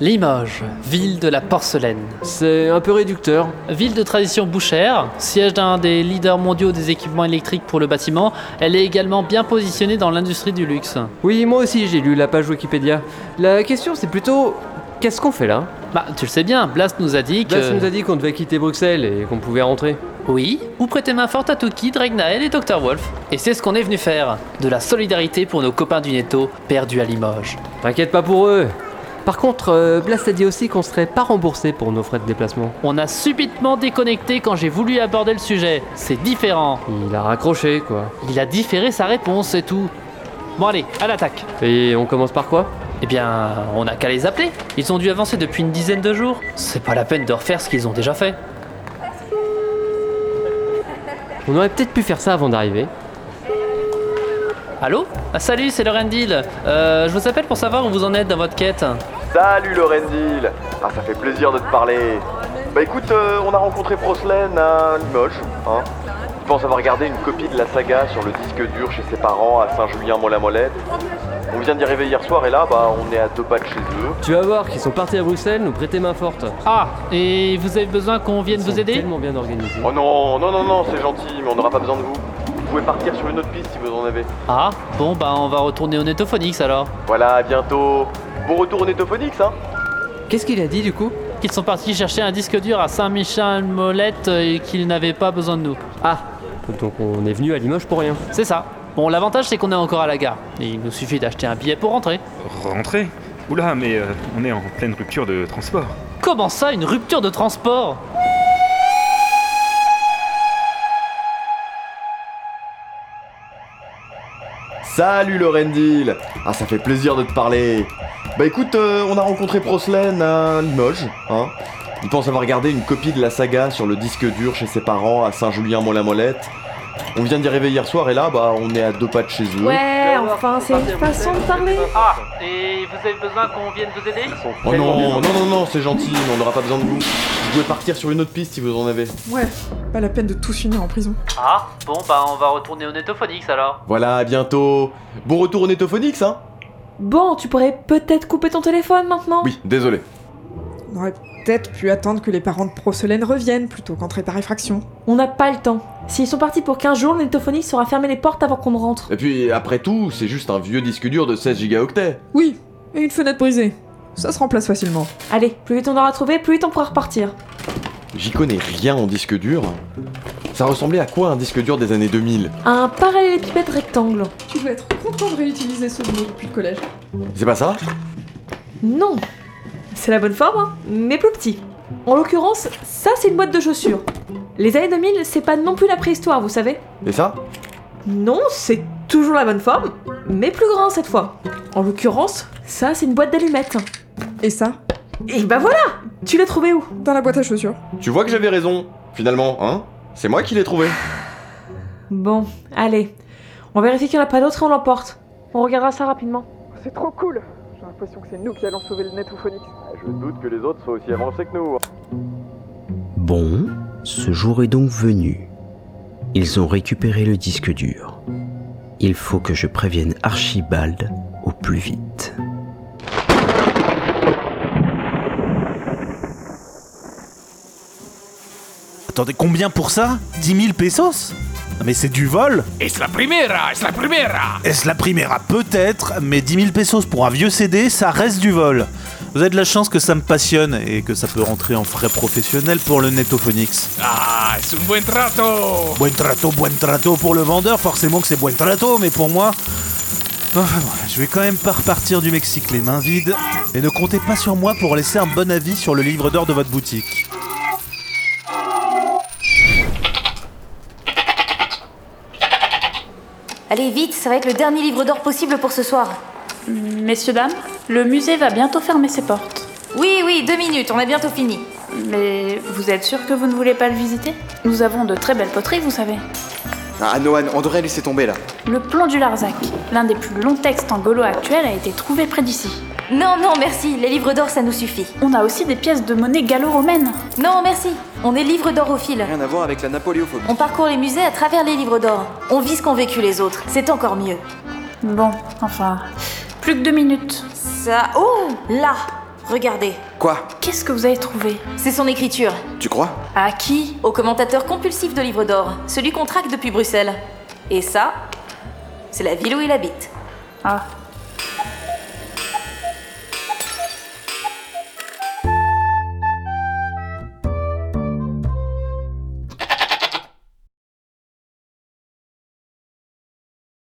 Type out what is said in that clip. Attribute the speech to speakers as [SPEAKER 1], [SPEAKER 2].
[SPEAKER 1] Limoges, ville de la porcelaine.
[SPEAKER 2] C'est un peu réducteur.
[SPEAKER 1] Ville de tradition bouchère, siège d'un des leaders mondiaux des équipements électriques pour le bâtiment, elle est également bien positionnée dans l'industrie du luxe.
[SPEAKER 2] Oui, moi aussi j'ai lu la page Wikipédia. La question c'est plutôt qu'est-ce qu'on fait là
[SPEAKER 1] Bah, tu le sais bien, Blas nous a dit que.
[SPEAKER 2] Blas Bah, nous a dit qu'on devait quitter Bruxelles et qu'on pouvait rentrer.
[SPEAKER 1] Oui, ou prêter main forte à Toki, Dragnael et Dr. Wolf. Et c'est ce qu'on est venu faire. De la solidarité pour nos copains du Netto, perdus à Limoges.
[SPEAKER 2] T'inquiète pas pour eux. Par contre, euh, Blas a dit aussi qu'on serait pas remboursé pour nos frais de déplacement.
[SPEAKER 1] On a subitement déconnecté quand j'ai voulu aborder le sujet. C'est différent.
[SPEAKER 2] Il a raccroché quoi.
[SPEAKER 1] Il a différé sa réponse, c'est tout. Bon allez, à l'attaque.
[SPEAKER 2] Et on commence par quoi
[SPEAKER 1] Eh bien, on n'a qu'à les appeler. Ils ont dû avancer depuis une dizaine de jours. C'est pas la peine de refaire ce qu'ils ont déjà fait.
[SPEAKER 2] On aurait peut-être pu faire ça avant d'arriver.
[SPEAKER 1] Allô Ah, Salut, c'est Lorendil. Euh, je vous appelle pour savoir où vous en êtes dans votre quête.
[SPEAKER 3] Salut Lorendil Ah ça fait plaisir de te parler Bah écoute, euh, on a rencontré Proslène à Limoges, hein. Il pense avoir regardé une copie de la saga sur le disque dur chez ses parents à Saint-Julien-Mont-la-Molette. On vient d'y arriver hier soir et là, bah on est à deux pas de chez eux.
[SPEAKER 2] Tu vas voir qu'ils sont partis à Bruxelles nous prêter main forte.
[SPEAKER 1] Ah, et vous avez besoin qu'on vienne
[SPEAKER 2] Ils
[SPEAKER 1] vous
[SPEAKER 2] sont
[SPEAKER 1] aider
[SPEAKER 2] Tellement bien organisés.
[SPEAKER 3] Oh non, non, non, non, c'est gentil, mais on n'aura pas besoin de vous. Vous pouvez partir sur une autre piste si vous en avez.
[SPEAKER 1] Ah, bon, bah on va retourner au Netophonix alors.
[SPEAKER 3] Voilà, à bientôt Bon retour au Netophonix, hein
[SPEAKER 2] Qu'est-ce qu'il a dit du coup
[SPEAKER 1] Qu'ils sont partis chercher un disque dur à Saint-Michel-Molette et qu'ils n'avaient pas besoin de nous.
[SPEAKER 2] Ah, donc on est venu à Limoges pour rien.
[SPEAKER 1] C'est ça. Bon, l'avantage c'est qu'on est encore à la gare. Et il nous suffit d'acheter un billet pour rentrer.
[SPEAKER 4] Rentrer Oula, mais euh, on est en pleine rupture de transport.
[SPEAKER 1] Comment ça, une rupture de transport
[SPEAKER 3] Salut Lorendil Ah ça fait plaisir de te parler Bah écoute, euh, on a rencontré Proslène à Limoges, hein. Il pense avoir gardé une copie de la saga sur le disque dur chez ses parents à Saint-Julien-Mont-la-Molette. On vient d'y arriver hier soir et là, bah on est à deux pas de chez eux.
[SPEAKER 5] Ouais, Eh, enfin, c'est une façon de parler.
[SPEAKER 1] Ah, et vous avez besoin qu'on vienne vous aider
[SPEAKER 3] Oh non, non, non, non, c'est gentil, mais on n'aura pas besoin de vous. Vous pouvez partir sur une autre piste si vous en avez.
[SPEAKER 5] Ouais, pas la peine de tous finir en prison.
[SPEAKER 1] Ah, bon, bah on va retourner au Netophonix alors.
[SPEAKER 3] Voilà, à bientôt Bon retour au Netophonix, hein
[SPEAKER 6] Bon, tu pourrais peut-être couper ton téléphone maintenant
[SPEAKER 3] Oui, désolé.
[SPEAKER 5] On aurait peut-être pu attendre que les parents de Procelaine reviennent plutôt qu'entrer par effraction.
[SPEAKER 6] On n'a pas le temps. S'ils sont partis pour 15 jours, l'Nettophonique saura fermer les portes avant qu'on ne rentre.
[SPEAKER 3] Et puis, après tout, c'est juste un vieux disque dur de 16 gigaoctets.
[SPEAKER 5] Oui, et une fenêtre brisée. Ça se remplace facilement.
[SPEAKER 6] Allez, plus vite on aura trouvé, plus vite on pourra repartir.
[SPEAKER 3] J'y connais rien en disque dur. Ça ressemblait à quoi un disque dur des années 2000
[SPEAKER 6] Un parallélépipède rectangle.
[SPEAKER 5] Tu dois être content de réutiliser ce mot depuis le collège.
[SPEAKER 3] C'est pas ça
[SPEAKER 6] Non C'est la bonne forme, hein, mais plus petit. En l'occurrence, ça c'est une boîte de chaussures. Les années 2000, c'est pas non plus la préhistoire, vous savez.
[SPEAKER 3] Et ça
[SPEAKER 6] Non, c'est toujours la bonne forme, mais plus grand cette fois. En l'occurrence, ça c'est une boîte d'allumettes.
[SPEAKER 5] Et ça,
[SPEAKER 6] Et bah voilà Tu l'as trouvé où
[SPEAKER 5] dans la boîte à chaussures.
[SPEAKER 3] Tu vois que j'avais raison, finalement, hein C'est moi qui l'ai trouvé.
[SPEAKER 6] Bon, allez. On vérifie qu'il n'y en a pas d'autres et on l'emporte. On regardera ça rapidement.
[SPEAKER 7] C'est trop cool J'ai l'impression que c'est nous qui allons sauver le Netophonix.
[SPEAKER 3] Je doute que les autres soient aussi avancés que nous.
[SPEAKER 8] Bon, ce jour est donc venu. Ils ont récupéré le disque dur. Il faut que je prévienne Archibald au plus vite.
[SPEAKER 9] Attendez, combien pour ça 10 000 pesos Non mais c'est du vol
[SPEAKER 10] Es la primera, es la primera.
[SPEAKER 9] Est-ce la primera Peut-être, mais 10 000 pesos pour un vieux CD, ça reste du vol. Vous avez de la chance que ça me passionne et que ça peut rentrer en frais professionnels pour le Netophonix.
[SPEAKER 10] Ah, es un buen trato.
[SPEAKER 9] Buen trato, buen trato pour le vendeur, forcément que c'est buen trato, mais pour moi... Enfin, voilà, je vais quand même pas repartir du Mexique les mains vides. Et ne comptez pas sur moi pour laisser un bon avis sur le livre d'or de votre boutique.
[SPEAKER 11] Allez vite, ça va être le dernier livre d'or possible pour ce soir.
[SPEAKER 12] Messieurs, dames, le musée va bientôt fermer ses portes.
[SPEAKER 11] Oui, oui, deux minutes, on a bientôt fini.
[SPEAKER 12] Mais vous êtes sûr que vous ne voulez pas le visiter Nous avons de très belles poteries, vous savez.
[SPEAKER 13] Ah Noan, on devrait laisser tomber là.
[SPEAKER 12] Le plan du Larzac, l'un des plus longs textes en gaulois actuel, a été trouvé près d'ici.
[SPEAKER 11] Non, non, merci, les livres d'or, ça nous suffit.
[SPEAKER 12] On a aussi des pièces de monnaie gallo-romaine.
[SPEAKER 11] Non, merci, on est livres d'or au fil.
[SPEAKER 13] Rien à voir avec la napoléophobie.
[SPEAKER 11] On parcourt les musées à travers les livres d'or. On vit ce qu'ont vécu les autres, c'est encore mieux.
[SPEAKER 12] Bon, enfin, plus que deux minutes.
[SPEAKER 11] Ça... Oh Là
[SPEAKER 6] Regardez.
[SPEAKER 14] Quoi
[SPEAKER 6] Qu'est-ce que vous avez trouvé C'est son écriture.
[SPEAKER 14] Tu crois
[SPEAKER 6] À qui Au commentateur compulsif de Livre d'Or, celui qu'on traque depuis Bruxelles. Et ça, c'est la ville où il habite.
[SPEAKER 15] Ah,